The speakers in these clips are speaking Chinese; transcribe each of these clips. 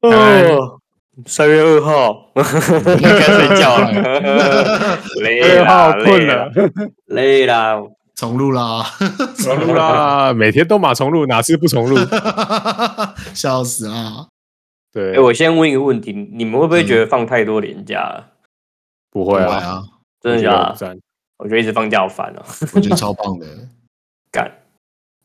哎哦，三月二号应该睡觉了，二累号啦，困了，累啦，重录啦， 重录啦，每天都马重录，哪次不重 录？笑死啊！对哎、，我先问一个问题，你们会不会觉得放太多年假了？不会啊，啊，真的假我觉得很的？赞我觉得一直放假好烦 哦、我觉得超棒的，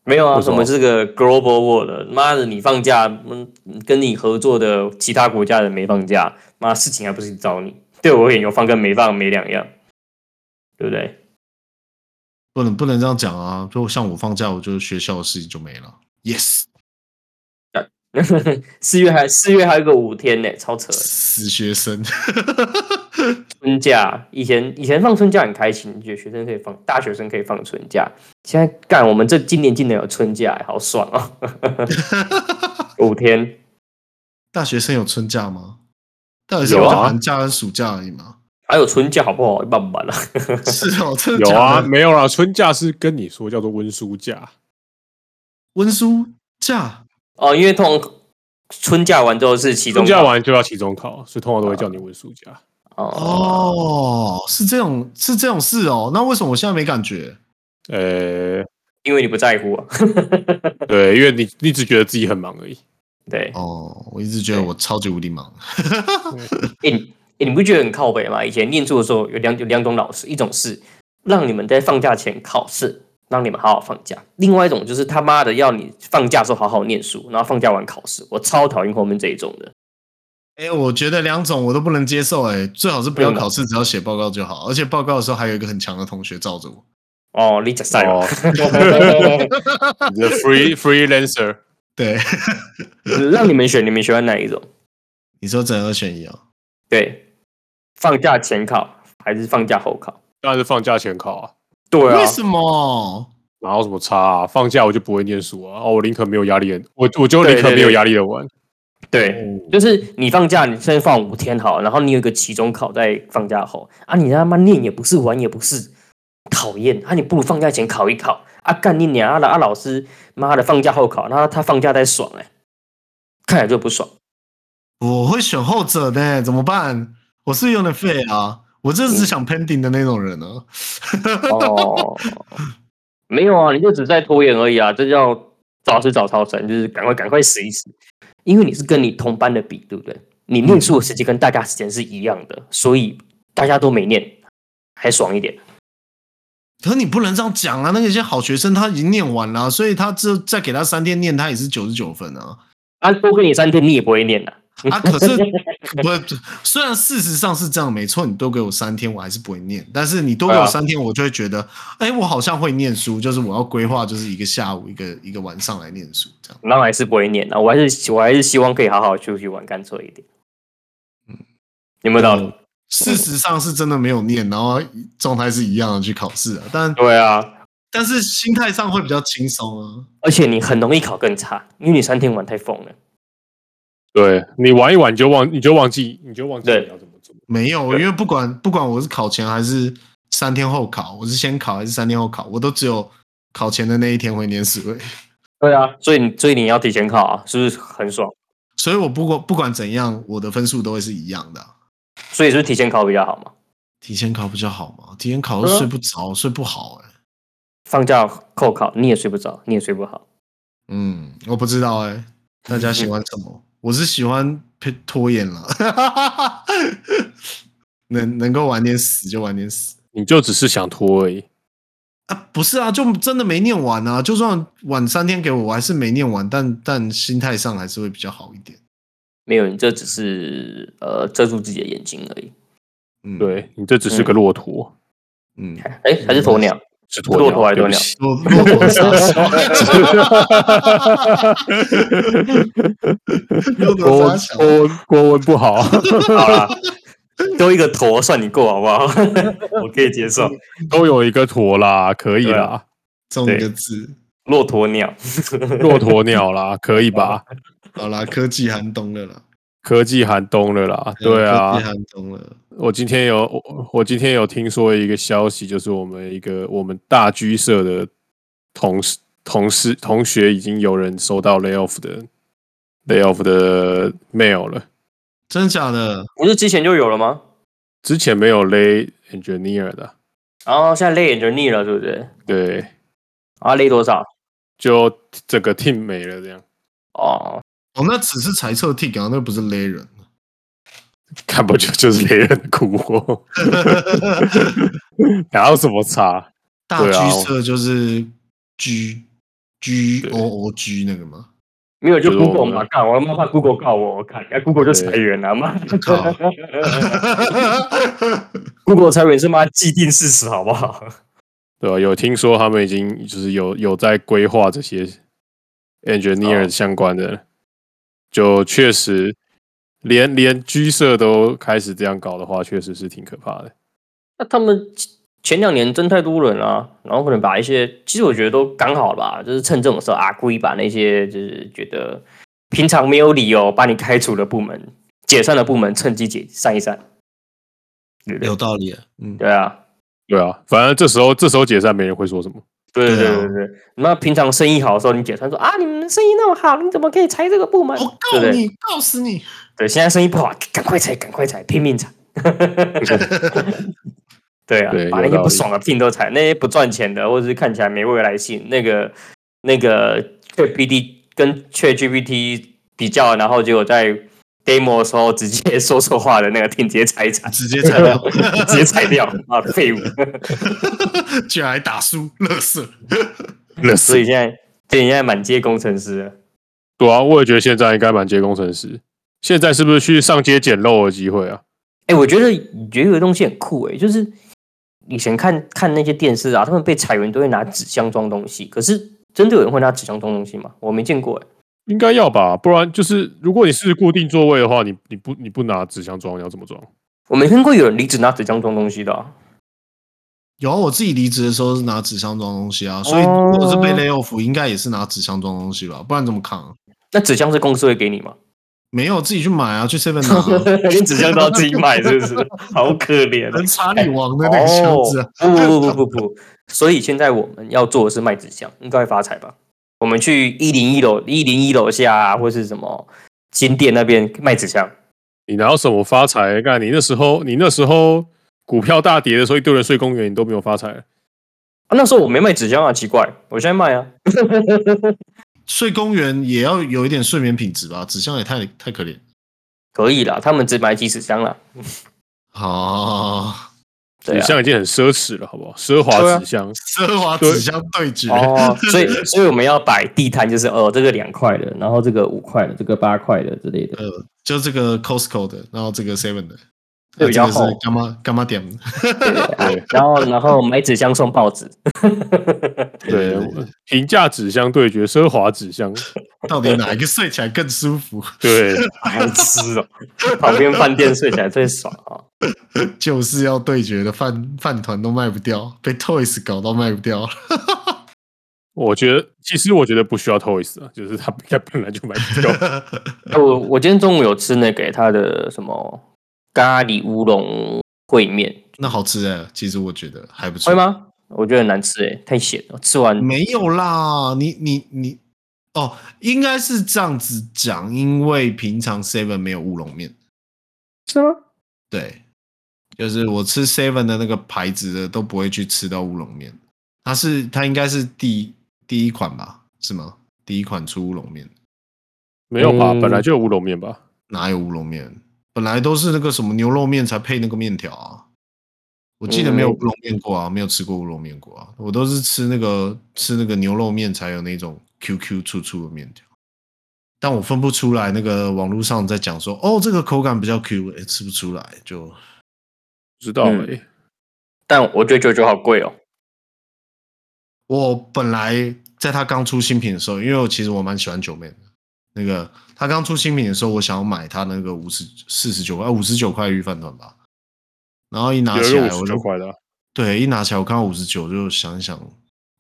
没有啊为，什我么们是个 global world，妈的，你放假，嗯，跟你合作的其他国家的人没放假，妈事情还不是找你？对我而言，有放跟没放没两样，对不对？不能不能这样讲啊！就像我放假，我就学校的事情就没了。Yes， 四月还四月还有个五天呢、超扯的！死学生， 春假以前以前放春假很开心，觉得学生可以放，大学生可以放春假。现在干，我们这今年竟然有春假、好爽啊、 五天，大学生有春假吗？到底是有啊我寒假跟暑假而 已吗？还有春假好不好？慢啊慢了，是哦，真的有啊，假的？没有啦，春假是跟你说叫做温书假，温书假 哦，因为通常春假完之后是期春中考假完就要期中考，所以通常都会叫你温书假。哦，哦，是这种是这种事哦。那为什么我现在没感觉？呃，因为你不在乎啊。对，因为你你只觉得自己很忙而已。对，哦，我一直觉得我超级无敌忙。哎、你哎你不觉得很靠北吗？以前念书的时候有两有两种老师，一种是让你们在放假前考试，让你们好好放假；另外一种就是他妈的要你放假的时候好好念书，然后放假完考试。我超讨厌后面这一种的。哎、我觉得两种我都不能接受、哎，最好是不要考试，只要写报告就好。而且报告的时候还有一个很强的同学罩着我。哦，你假赛哦哦，， 你的 free freelancer，对， 让你们选，你们喜欢哪一种？你说整二选一哦。对，放假前考还是放假后考？当然是放假前考啊，对啊为，什么？哪有什么差啊？放假我就不会念书啊，哦，我宁可没有压力的，我我就宁可没有压力的玩。对，就是你放假，你先放五天好，然后你有一个期中考在放假后啊，你他妈念也不是，玩也不是，讨厌啊！你不如放假前考一考啊，干你娘啊！啊老师妈的放假后考，然后他放假在爽哎、看起来就不爽。我会选后者的、怎么办？我是有点废啊，我就是只想 pending 的那种人啊。哦，没有啊，你就只是在拖延而已啊，这叫早死早超生，就是赶快赶快死一死，因为你是跟你同班的比，对不对？你念书的时间跟大家时间是一样的，所以大家都没念，还爽一点。可是你不能这样讲啊！那些好学生他已经念完了、啊所以他这再给他三天念，他也是九十九分啊。啊，多给你三天，你也不会念的、啊，可 是不，虽然事实上是这样，没错，你多给我三天，我还是不会念。但是你多给对我啊三天，我就会觉得，哎、我好像会念书，就是我要规划，就是一个下午、一个一个晚上来念书这样。那我还是不会念的、啊我还是我还是希望可以好好休息玩，干脆一点。有没有道理？嗯事实上是真的没有念，然后状态是一样的去考试啊，但对啊，但是心态上会比较轻松啊。而且你很容易考更差，因为你三天玩太疯了。对你玩一玩你就忘，你就忘记，你就忘记对你要怎么做。没有，对因为不管不管我是考前还是三天后考，我是先考还是三天后考，我都只有考前的那一天会念书而已。对啊，所以你所以你要提前考啊，是不是很爽？ 所以我不管不管怎样，我的分数都会是一样的啊、所以是不是提前考比较好嘛？提前考不就好吗？提前考都睡不着，睡不好哎、放假扣考你也睡不着，你也睡不好。嗯，我不知道哎、大家喜欢什 么？我是喜欢拖拖延了， 能能够晚点死就晚点死你就只是想拖而已。嗯啊！不是啊，就真的没念完啊！就算晚三天给我，我还是没念完，但但心态上还是会比较好一点。没有，你这只是呃遮住自己的眼睛而已。嗯，，对你这只是个骆驼，嗯， 哎，还是鸵鸟，是骆驼还是对不鸵鸟起？骆骆驼国文 杀小，骆驼杀小，国文国文不好啊， 好啦，丢一个头算你过好不 好？我可以接受。都有一个驼啦，可以啊啦，中一个字。骆驼鸟， 骆驼鸟啦，可以啊吧？好啦，科技寒冬了啦。哎科技寒冬了啦，对啊科技，寒冬了。我今天有我我今天有听说一个消息，就是我们一个我们大居社的同事同事同学已经有人收到 layoff 的 layoff 的 mail 了，真假的？不是之前就有了吗？之前没有 lay engineer 的，然后现在累眼就腻了，对不对？对，啊，累多少？就整个 team 没了这样，哦，哦，那只是裁撤 T 啊，那不是勒人。看不就就是雷人的苦活， 哪有什么差？大对啊居社就是 G G O O G 那个吗？没有就就是我们 Google 嘛，干，我他妈怕 Google 告我，我看，哎，Google 就裁员了妈靠 ，Google 裁员是妈既定事实，好不好？对吧、啊有听说他们已经就是有有在规划这些 engineer 相关的，就确实连连居社都开始这样搞的话，确实是挺可怕的。那他们前前两年真太多人啊，然后可能把一些，其实我觉得都刚好吧，就是趁这种时候啊，故意把那些就是觉得平常没有理由把你开除的部门、解散的部门，趁机解散一散，对不对有？道理啊。对啊，对啊，反正这时候这时候解散没人会说什么，对对对啊对对对。那平常生意好的时候，你解散说啊，你们生意那么好，你怎么可以裁这个部门？我对不告对你，告死你！对，现在生意不好，赶快裁，赶快裁，拼命裁。 对啊，对把那有些道不理爽的拼都裁，那些不赚钱的，或者是看起来没未来性，那个那个 ChatGPT 跟 ChatGPT 比较，然后结果在 demo 的时候直接说错话的那个 听，直接裁一裁，直接裁 掉，直接裁掉啊，废物。 居然还打输，乐色。乐所死以。现在，对，现在满街工程师了。对啊，我也觉得现在应该满街工程师。现在是不是去上街捡漏的机会啊？哎、我觉得你觉得有个东西很酷哎、就是以前看看那些电视啊，他们被裁员都会拿纸箱装东西，可是真的有人会拿纸箱装东西吗？我没见过哎、应该要吧，不然就是如果你是固定座位的话，你你不你不拿纸箱装，你要怎么装？我没听过有人离职拿纸箱装东西的啊、有啊我自己离职的时候是拿纸箱装东西啊，所以如果是被 lay off，应该也是拿纸箱装东西吧，不然怎么扛啊？那纸箱是公司会给你吗？没有自己去买啊，去 seven 拿啊， 连纸箱都要自己买，是不是？好可怜能啊！查理王的那个箱子啊。哦，不不不不不，所以现在我们要做的是卖纸箱，应该会发财吧？我们去一零一楼、一零一楼下、啊、或是什么金店那边卖纸箱，你哪有什么发财？干你那时候，你那时候股票大跌的时候，一堆人睡公园，你都没有发财。啊，那时候我没卖纸箱啊，奇怪，我现在卖啊。睡公园也要有一点睡眠品质吧，纸箱也太太可怜。可以啦，他们只买几十箱啦。好，对纸啊，箱已经很奢侈了，好不好？奢对啊华纸箱，奢华纸箱对决， 哦，所以所以我们要摆地摊，就是哦，这个两块的，然后这个五块的，这个八块的之类的。呃，就这个 Costco 的，然后这个 Seven 的，这那比这较个是厚干嘛干嘛点？对然后然后买纸箱送报纸，对，我平价纸箱对决奢华纸箱，到底哪一个睡起来更舒服？对，白痴哦，旁边饭店睡起来最爽啊、就是要对决的饭饭团都卖不掉，被 Toys 搞到卖不掉。我觉得其实我觉得不需要 Toys 啊，就是他他本来就买不掉。哦！我我今天中午有吃那个他的什么咖喱乌龙烩面，那好吃哎、其实我觉得还不错。会？吗？我觉得很难吃诶、太咸了。吃完没有啦，你你你，哦，应该是这样子讲，因为平常 Seven 没有乌龙面。是吗？对，就是我吃 Seven 的那个牌子的都不会去吃到乌龙面，它是它应该是第第一款吧？是吗？第一款出乌龙面，没有吧？嗯本来就有乌龙面吧？哪有乌龙面？本来都是那个什么牛肉面才配那个面条啊。我记得没有嗯乌龙面过啊，没有吃过乌龙面过啊，我都是吃那个吃那个牛肉面才有那种 QQ 粗粗的面条，但我分不出来那个网络上在讲说哦这个口感比较 Q，哎吃不出来就不知道嗯哎，但我觉得九九好贵哦，我本来在它刚出新品的时候，因为我其实我蛮喜欢九妹的。那个它刚出新品的时候，我想要买它那个五十四十九块啊五十九块鱼饭团吧，然后一拿有一起个来五十我九就块的啊、对，一拿起来我看到五十九，就想一想，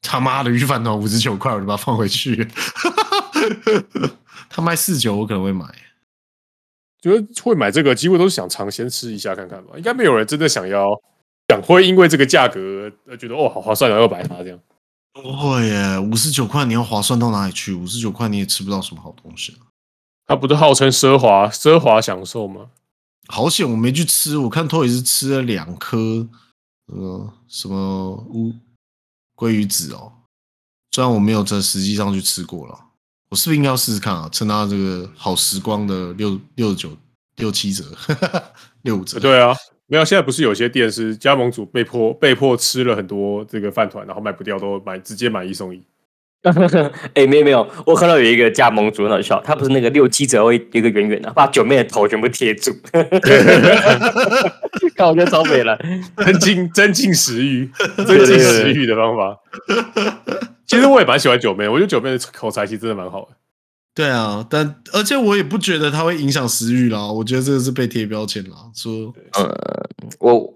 他妈的鱼饭团五十九块，我就把它放回去。 他卖四九，我可能会买。觉得会买这个，几乎都是想尝鲜吃一下看看吧。应该没有人真的想要，想会因为这个价格而觉得哦好划算，然后要买它这样。不会耶，五十九块你要划算到哪里去？五十九块你也吃不到什么好东西、啊。它不是号称奢华奢华享受吗？好险我没去吃，我看 Toy 是吃了两颗，呃，什么乌鲑鱼子哦。虽然我没有真实际上去吃过了，我是不是应该要试试看啊？趁他这个好时光的六六九六七折， 六五折。呃对啊，没有。现在不是有些店是加盟主被迫被迫吃了很多这个饭团，然后卖不掉都买直接买一送一。 哎、没有没有，我看到有一个加盟主很好笑，他不是那个六七折会一个圆圆的，把九妹的头全部贴住， 看我觉得超美了。增 进增进食欲，增进食欲的方法。其实我也蛮喜欢九妹，我觉得九妹的口才其实真的蛮好的。对啊，但而且我也不觉得它会影响食欲啦，我觉得这个是被贴标签啦，说我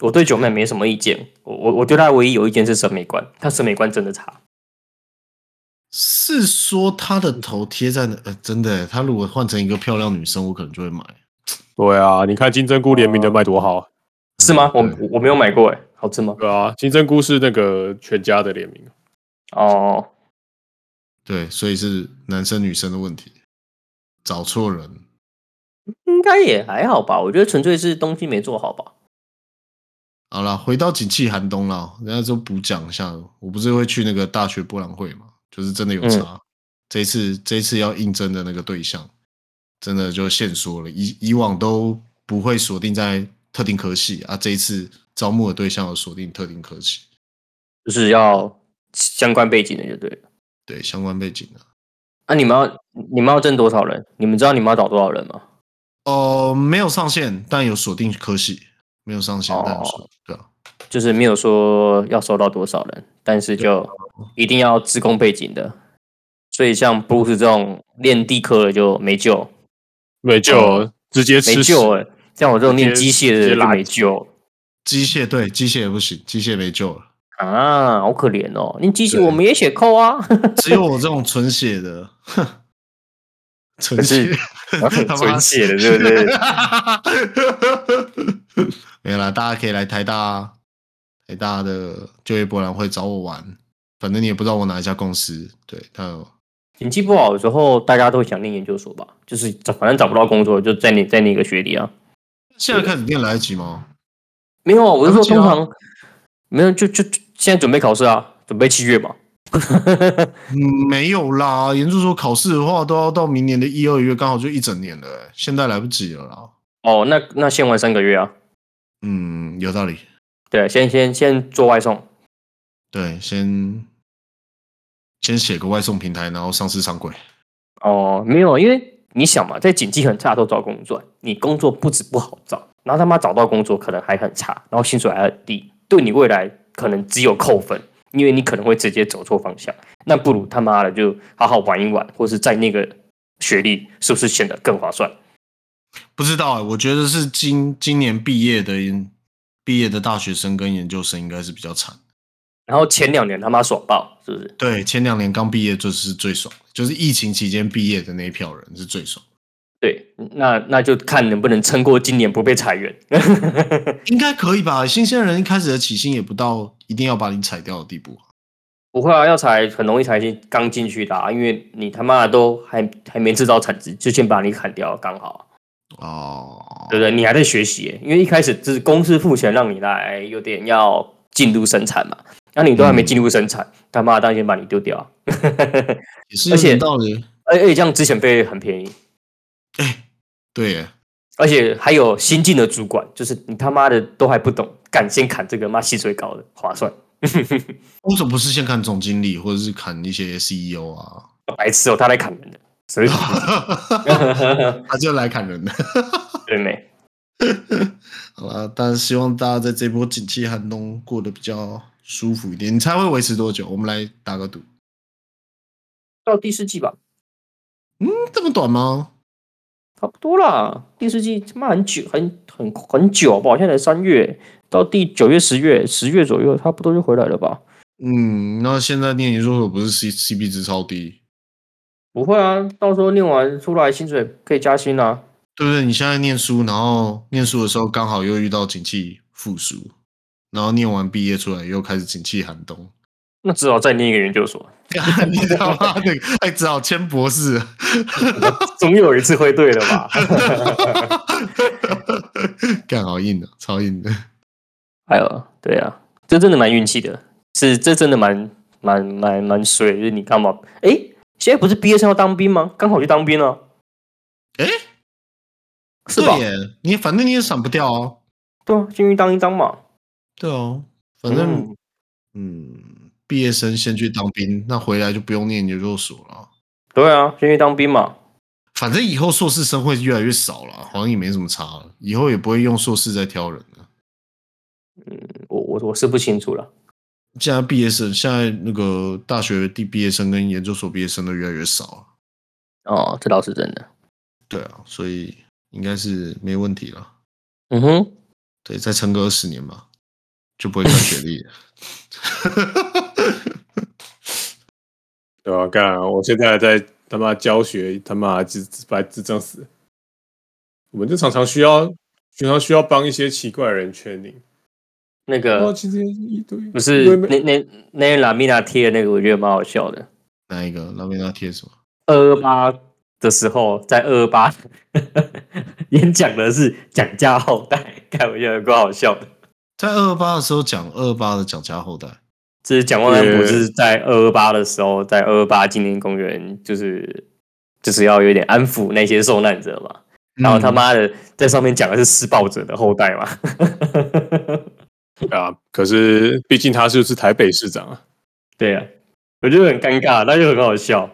我对九妹没什么意见，我我我对她唯一有意见是审美观，她审美观真的差。是说它的头贴在那，呃，真的耶，它如果换成一个漂亮女生，我可能就会买。对啊，你看金针菇联名的卖多好，是吗？我对我我没有买过哎，好吃吗？对啊，金针菇是那个全家的联名，哦，对，所以是男生女生的问题，找错人。应该也还好吧，我觉得纯粹是东西没做好吧。好啦，回到景气寒冬啦，人家就补讲一下，我不是会去那个大学博览会嘛，就是真的有差。这一次这一次要应征的那个对象，真的就限缩了，以以往都不会锁定在特定科系啊，这一次招募的对象有锁定特定科系，就是要相关背景的就对了。对相关背景的。啊那、你们要你们要挣多少人？你们知道你们要找多少人吗？哦、没有上限，但有锁定科系，没有上限，但有锁定对啊，就是没有说要收到多少人，但是就一定要自工背景的。所以像 Bruce 这种练地科的就没救，没救了，直接吃没救哎、像我这种练直接机械直的接就垃圾没救机械对机械也不行，机械没救了。啊，好可怜哦！练机械对我们也写扣啊， 只有我这种纯血的，哼，纯血，他妈纯血的对不 对？ 没有啦，大家可以来台大台大的就业博览会找我玩，反正你也不知道我哪一家公司。对，他有经济不好的时候，大家都想念研究所吧，就是找反正找不到工作，就在你在那个学历啊。现在开始念来得及吗？没有啊，我是说来不及通啊常没有，就就就现在准备考试啊，准备七月嘛。 嗯，没有啦，研究所考试的话都要到明年的一二月，刚好就一整年了、欸，现在来不及了啦。哦，那那先玩三个月啊，嗯，有道理。对，先先先做外送。对，先先写个外送平台，然后上市上柜。哦，没有，因为你想嘛，在景气很差的时候找工作，你工作不止不好找，然后他妈找到工作可能还很差，然后薪水还很低，对你未来可能只有扣分，因为你可能会直接走错方向。那不如他妈的就好好玩一玩，或是在那个学历是不是显得更划算？不知道、欸，我觉得是今今年毕业的研毕业的大学生跟研究生应该是比较惨。然后前两年他妈爽爆，是不是？对，前两年刚毕业就是最爽，就是疫情期间毕业的那一票人是最爽。对，那那就看能不能撑过今年不被裁员。应该可以吧？新鲜人一开始的起薪也不到一定要把你裁掉的地步。不会啊，要裁很容易裁进刚进去的、啊，因为你他妈的都还还没制造产值，就先把你砍掉，刚好啊。哦，对不对？你还在学习耶，因为一开始就是公司付钱让你来，有点要进入生产嘛。那、你都还没进入生产，他妈当然先把你丢掉、啊。也是有而且点道理。而而且这样之前费很便宜，对耶，而且还有新进的主管，就是你他妈的都还不懂，敢先砍这个妈薪水高的，划算， 为什么不是先看总经理，或者是砍一些 CEO 啊？白痴哦，他来砍人的，所以他就来砍人的。 对没？好啦，但是希望大家在这波景气寒冬过得比较舒服一点。你猜会维持多久？我们来打个赌。到第四季吧，嗯，这么短吗？差不多啦。第四季他妈很久，很很很久好不好？现在才三月，到第九月、十月、十月左右，差不多就回来了吧？嗯，那现在念研究所不是 C C P 值超低，不会啊，到时候念完出来，薪水可以加薪啊。对不对？你现在念书，然后念书的时候刚好又遇到景气复苏，然后念完毕业出来又开始景气寒冬， 那只好再念一个研究所，干你他妈的，还只好签博士 了。总有一次会对的吧？干好硬的，超硬的。哎呦，对啊，这真的蛮运气的，是这真的蛮蛮蛮蛮水，就是你干嘛？哎，现在不是毕业生要当兵吗？刚好去当兵了、诶是吧对？耶，你反正你也闪不掉哦。对啊，进去当一当嘛。对哦，反正嗯嗯，毕业生先去当兵，那回来就不用念研究所了。对啊，进去当兵嘛。反正以后硕士生会越来越少了，好像也没什么差了。以后也不会用硕士在挑人了。我我我是不清楚了。现在毕业生，现在那个大学毕毕业生跟研究所毕业生都越来越少了。哦，这倒是真的。对啊，所以应该是没问题了。嗯哼，对，再撑个二十年吧，就不会看学历了。对吧、干、啊，我现在还在他妈教学，他妈智白智障死。我们就常常需要，常常需要帮一些奇怪的人确定。那哦，个其实一堆不我是也没那那那拉米娜贴的那个，我觉得蛮好笑的。哪一个？那边要贴什么？二二八的时候，在二二八演讲的是蒋家后代，看我觉得有够好笑的。在二二八的时候讲二二八的蒋家后代，这是蒋万安博也士在二二八的时候，在二二八纪念公园，就是就是要有点安抚那些受难者嘛。然哦嗯后他妈的在上面讲的是施暴者的后代嘛。啊，可是毕竟他是是台北市长啊，对啊，我觉得很尴尬，但又很好笑。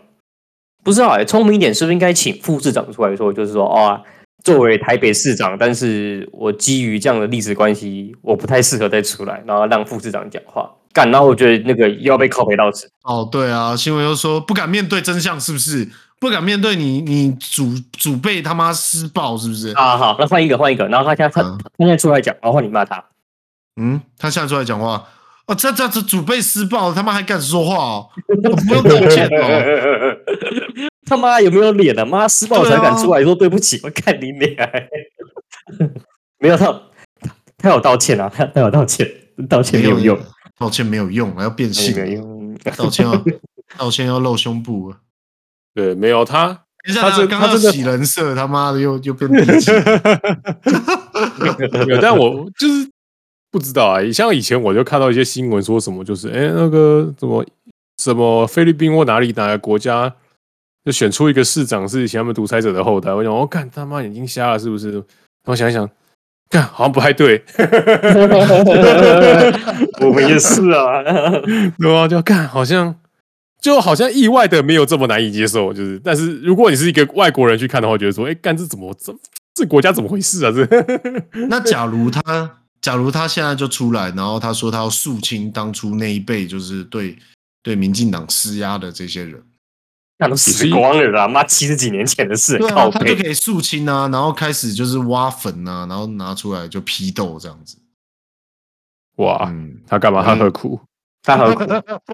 不知道哎、聪明一点是不是应该请副市长出来说，就是说哦啊、作为台北市长，但是我基于这样的历史关系，我不太适合再出来，然后让副市长讲话。干，然后我觉得那个又要被拷贝到死。哦，对啊，新闻又说不敢面对真相，是不是？不敢面对你，你祖祖辈他妈施暴，是不是？啊，好，那换一个，换一个，然后他现在他嗯他现在出来讲，然后换你骂他，嗯，他现在出来讲话，哦，这这这祖辈施暴，他妈还敢说话哦？我不用道 歉哦， 他妈有没有脸啊？妈施暴对才啊敢出来说对不起，我看你脸。 没有他，他他有道歉啊，他他有道歉，道 歉没有用，，道歉没有用，还要变性，没有用。道歉要道歉要露胸部啊。对，没有他，等一下，他这刚刚他这个洗人设，他妈的又又变低 级，没有，但我就是不知道啊。像以前我就看到一些新闻说什么，就是哎、诶那个什么什么菲律宾或哪里哪个国家，就选出一个市长是以前他们独裁者的后代。我想，我、哦、干他妈眼睛瞎了是不是？然后想一想，干好像不太对， 我们也是啊，对啊，就干好像。就好像意外的没有这么难以接受，就是，但是如果你是一个外国人去看的话，觉得说，哎、干这怎么这这国家怎么回事啊？这 那假如他，假如他现在就出来，然后他说他要肃清当初那一辈，就是对对民进党施压的这些人，那都死光了啦！妈，七十几年前的事，对啊，靠他就背可以肃清啊，然后开始就是挖坟啊，然后拿出来就批斗这样子。啊哇，嗯，他干嘛？他何苦？他何苦？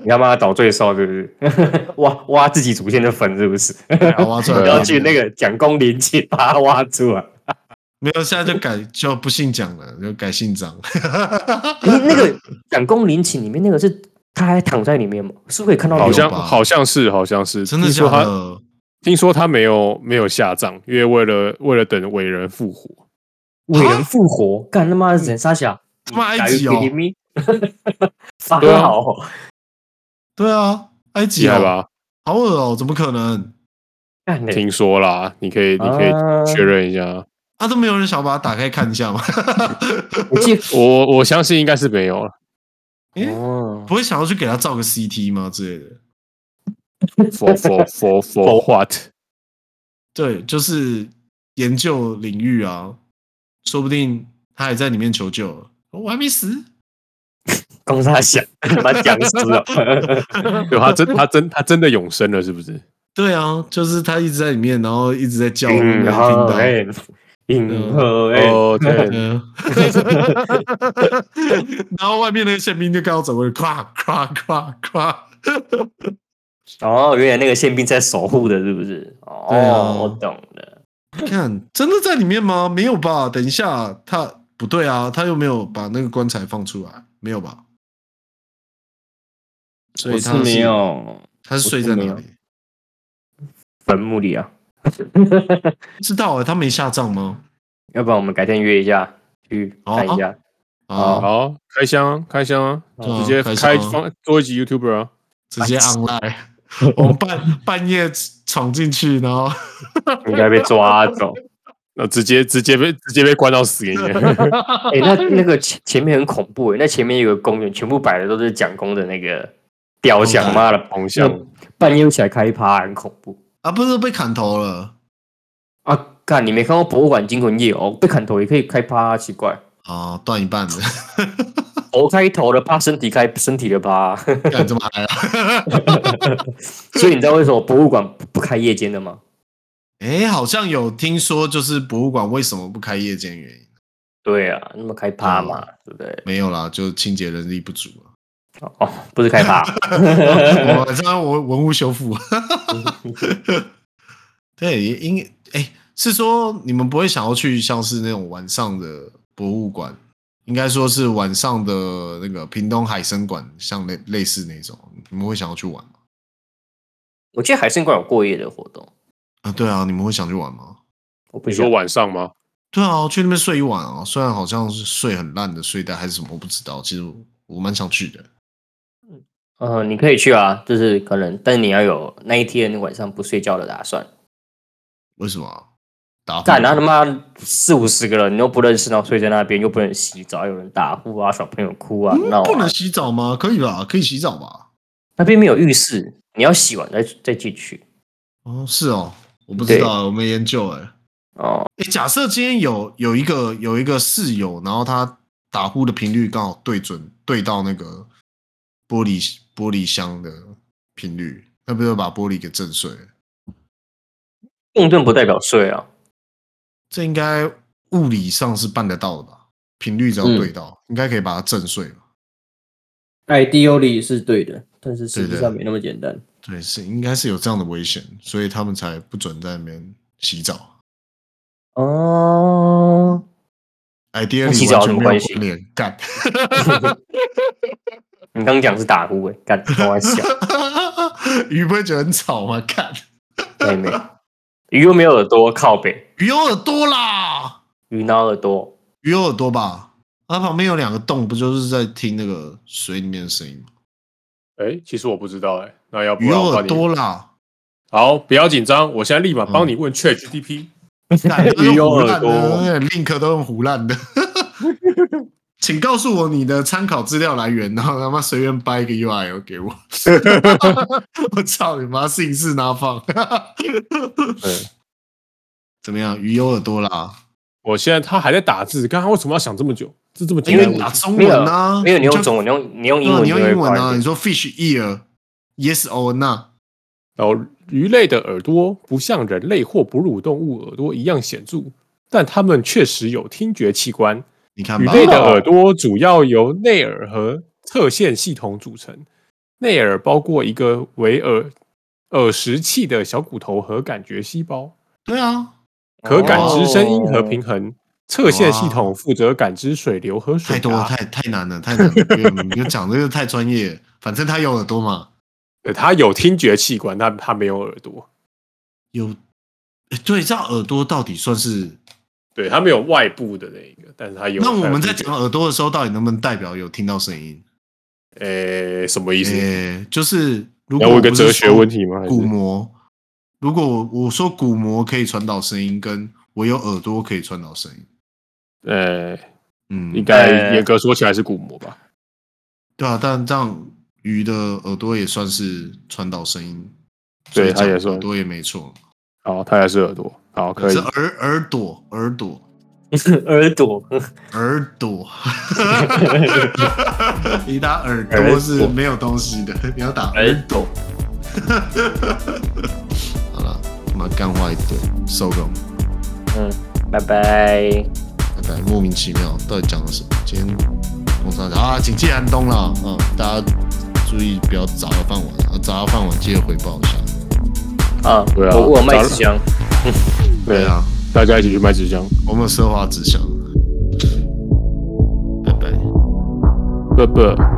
你他妈倒罪受是不是？ 挖挖自己祖先的坟是不是？然后挖出来对要去那个个蒋公陵去把它挖出来。没有，现在就改就不姓蒋了，就改姓张。那个蒋公陵寝里面那个是他还躺在里面吗？是可以看到好流像吧好像是好像是，真的听假说他的？听说他没有没有下葬，因为为了为了等伟人复活。伟人复活？干他妈的人傻小，啊他妈埃及哦 Are you kidding me？法对啊老哦，对啊，埃及厉害哦，吧？好恶哦，怎么可能？干嘞听说啦，你可以你可啊以确认一下。啊，都没有人想把它打开看一下吗？ 我记我我相信应该是没有了。诶哦，不会想要去给他照个 CT 吗之类的？ For for for for what？对，就是研究哦领域啊，说不定他也在里面求救了。我还没死，公差想，你妈僵尸 哦！对，他真他真他真的永生了，是不是？对啊，就是他一直在里面，然后一直 在叫，我没嗯听然后到。哎，银河哎，哦，对，嗯， 然后外面那个宪兵就看到走过去，咵咵咵咵，哦，原来那个宪兵在守护的，是不是？对啊哦，我懂了。看真的在里面吗？没有吧？等一下，他不对啊，他又没有把那个棺材放出来，没有吧？所以他是，有他是睡在哪我是里？坟墓里啊，不知道啊，他没下葬吗？要不然我们改天约一下去哦看一下。啊，好，开箱开箱啊，对啊直接开开箱啊放做一集 YouTuber 啊，直接 online，我们半半夜闯进去，然后应该被抓走。那直接直接被直接被关到死给你。哎、那那个前前面很恐怖哎、那前面有个公园，全部摆的都是蒋公的那个雕像，嗯妈的，红像半夜起来开趴，很恐怖啊，不是被砍头了啊！看你没看过《博物馆惊魂夜》哦，被砍头也可以开趴、奇怪，啊，断一半了， 头开头的趴，身体开身体的趴， 干这么嗨啊？所以你知道为什么博物馆不不开夜间的吗？哎，好像有听说，就是博物馆为什么不开夜间原因？对啊，那么开趴嘛，嗯对不对？没有啦，就清洁能力不足 啊。哦，不是 开趴，我晚上我文物修复。啊对，也应哎、是说你们不会想要去像是那种晚上的博物馆，应该说是晚上的那个屏东海参馆，像类类似那种，你们会想要去玩吗？我记得海参馆有过夜的活动，啊，对啊，你们会想去玩吗？我不你想说晚上吗？对啊，去那边睡一晚啊，虽然好像是睡很烂的睡袋还是什么，我不知道，其实我我蛮想去的。呃，你可以去啊，就是可能，但你要有那一天晚上不睡觉的打算。为什么啊？打干呼他他妈四五十个人，你又不认识，然后睡在那边，又不能洗澡，有人打呼啊，小朋友哭啊，闹、嗯不啊能，洗澡吗？可以吧？可以洗澡吧？那边没有浴室，你要洗完再再进去。哦，是哦，我不知对道啊，我没研究哎。哦，哎，假设今天有有一个有一个室友，然后他打呼的频率刚好对准对到那个玻璃玻璃箱的频率，那不就把玻璃给震碎了？共振不代表睡啊，这应该物理上是办得到的吧？频率嗯只要对到，应该可以把它震碎吧？ ideally 哎是对的，但是实对际的上没那么简单。对，是应该是有这样的危险，所以他们才不准在那边洗澡。哦，哎，第二跟洗里澡完有什全么没关有系关联，干。你刚讲是打呼诶、干开玩笑， 鱼不会觉得很吵吗？看妹妹，鱼又没有耳朵，靠北，鱼有耳朵啦，鱼挠耳朵，鱼有耳朵吧？它旁边有两个洞，不就是在听那个水里面的声音吗？哎，其实我不知道哎，那要不鱼有要我帮耳你？朵啦，好，不要紧张，我现在立马帮你问 ChatGPT。干 鱼有耳朵，都用胡乱的那个 link 都用胡乱的。请告诉我你的参考资料来源，然后他妈随便掰一个 URL 给我。 我操你妈，信誓拿放。 嗯怎么样？鱼有耳朵啦，我现在他还在打字，刚刚为什么要想这么久？这这么简因单为的问题？打中没文有啊，没有，你就用中文，你用你用英对啊文你就用会英文快啊？一点。你说 fish ear，yes or no？然后鱼类的耳朵不像人类或哺乳动物耳朵一样显著，但它们确实有听觉器官。你看鱼吧，类的耳朵主要由内耳和侧线系统组成，内耳包括一个为耳耳石器的小骨头和感觉细胞，对啊，可感知声音和哦平衡。侧线系统负责感知水流和水太多了，压。太太难了，太难了，不用你就讲这个太专业。 反正他有耳朵嘛，对，呃它有听觉器官，但它没有耳朵。有，诶对，这样耳朵到底算是？对，它没有外部的那一个，但是它有。那我们在它有讲耳朵的时候，到底能不能代表有听到声音？呃、什么意思？诶，就是你如果要问个不是哲学说问题吗还是鼓膜，如果我我说鼓膜可以传导声音，跟我有耳朵可以传导声音，呃、嗯，应该呃严格说起来是鼓膜吧？对啊，但这样鱼的耳朵也算是传导声音，对所以它也讲算耳朵也没错，好，它也是耳朵。好，可以是。耳耳朵耳朵，耳朵，嗯耳 朵，你打耳朵是没有东西的，你要打耳朵。 好了，妈干话一堆，收工，嗯，拜拜。拜拜。莫名其妙，到底讲了什么？今天工商啊，警戒寒冬了，嗯，大家注意不要砸到饭碗，啊砸到饭碗记得回报一下。啊，对啊我我有卖早纸箱，对对啊，啊，大家一起去卖纸箱，我们有奢华指向。拜拜。啵啵。